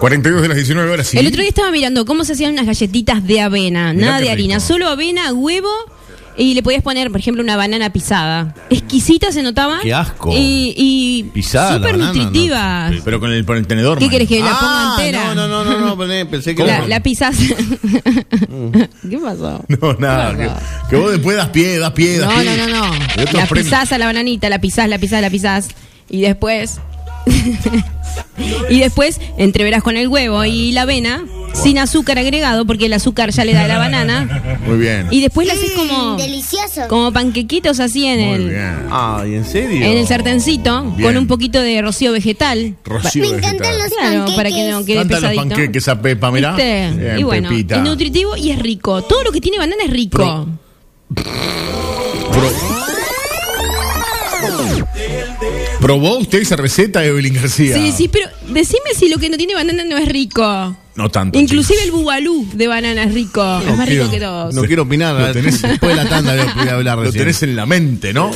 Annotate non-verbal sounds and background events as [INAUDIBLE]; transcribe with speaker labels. Speaker 1: 42 de las 19 horas, sí.
Speaker 2: El otro día estaba mirando cómo se hacían unas galletitas de avena,
Speaker 1: Mirá
Speaker 2: nada
Speaker 1: qué
Speaker 2: de harina,
Speaker 1: rico.
Speaker 2: solo avena, huevo y le podías poner, por ejemplo, una banana pisada. Exquisitas se notaban.
Speaker 3: Qué asco.
Speaker 2: Y, y
Speaker 3: Pisada,
Speaker 2: súper
Speaker 3: la banana,
Speaker 2: nutritivas.
Speaker 1: Pero con el, por el tenedor.
Speaker 2: ¿Qué
Speaker 1: man.
Speaker 2: querés que la ponga
Speaker 3: Ah,
Speaker 2: entera?
Speaker 3: No, no, no, no, no, pone- pensé que
Speaker 2: La,
Speaker 3: era-
Speaker 2: la
Speaker 3: [LAUGHS]
Speaker 2: pisás. Mm. ¿Qué pasó?
Speaker 1: [LAUGHS] No, nada.
Speaker 2: Bueno.
Speaker 1: Que, que vos después das pie, das pie, das
Speaker 2: No,
Speaker 1: pie.
Speaker 2: no, no, no.
Speaker 1: Y otros
Speaker 2: La
Speaker 1: premios.
Speaker 2: pisás a la bananita, la pisás, la pisás, la pisás. Y después. [LAUGHS] y después entreverás con el huevo y la avena, sin azúcar agregado, porque el azúcar ya le da a la banana.
Speaker 1: Muy bien.
Speaker 2: Y después la haces Pues, como.
Speaker 4: Mm, Delicioso.
Speaker 2: Como panquequitos así en
Speaker 1: Muy
Speaker 2: el.
Speaker 1: bien.
Speaker 3: Ay, ¿en serio?
Speaker 2: En el sartencito,
Speaker 1: Bien.
Speaker 2: con un poquito de rocío vegetal.
Speaker 1: Rocío
Speaker 4: Me encantan
Speaker 1: vegetal.
Speaker 4: los
Speaker 2: Claro, para que no quede
Speaker 1: Canta los
Speaker 2: pesadito.
Speaker 1: panqueques a Pepa, mirá.
Speaker 2: ¿Viste?
Speaker 1: Bien,
Speaker 2: y bueno,
Speaker 1: Pepita.
Speaker 2: es nutritivo y es rico. Todo lo que tiene banana es rico.
Speaker 1: Pro- Pro- ¿Probó usted esa receta, Evelyn García?
Speaker 2: Sí, sí, pero decime si lo que no tiene banana no es rico.
Speaker 1: No tanto.
Speaker 2: Inclusive el bubalú de banana es rico. es más
Speaker 1: quiero-
Speaker 2: rico que todos.
Speaker 3: No quiero opinar. ¿eh? [LAUGHS]
Speaker 1: Lo tenés-
Speaker 3: Después de la tanda voy a voy a hablar
Speaker 1: Lo
Speaker 3: recién.
Speaker 1: tenés en la mente, ¿no?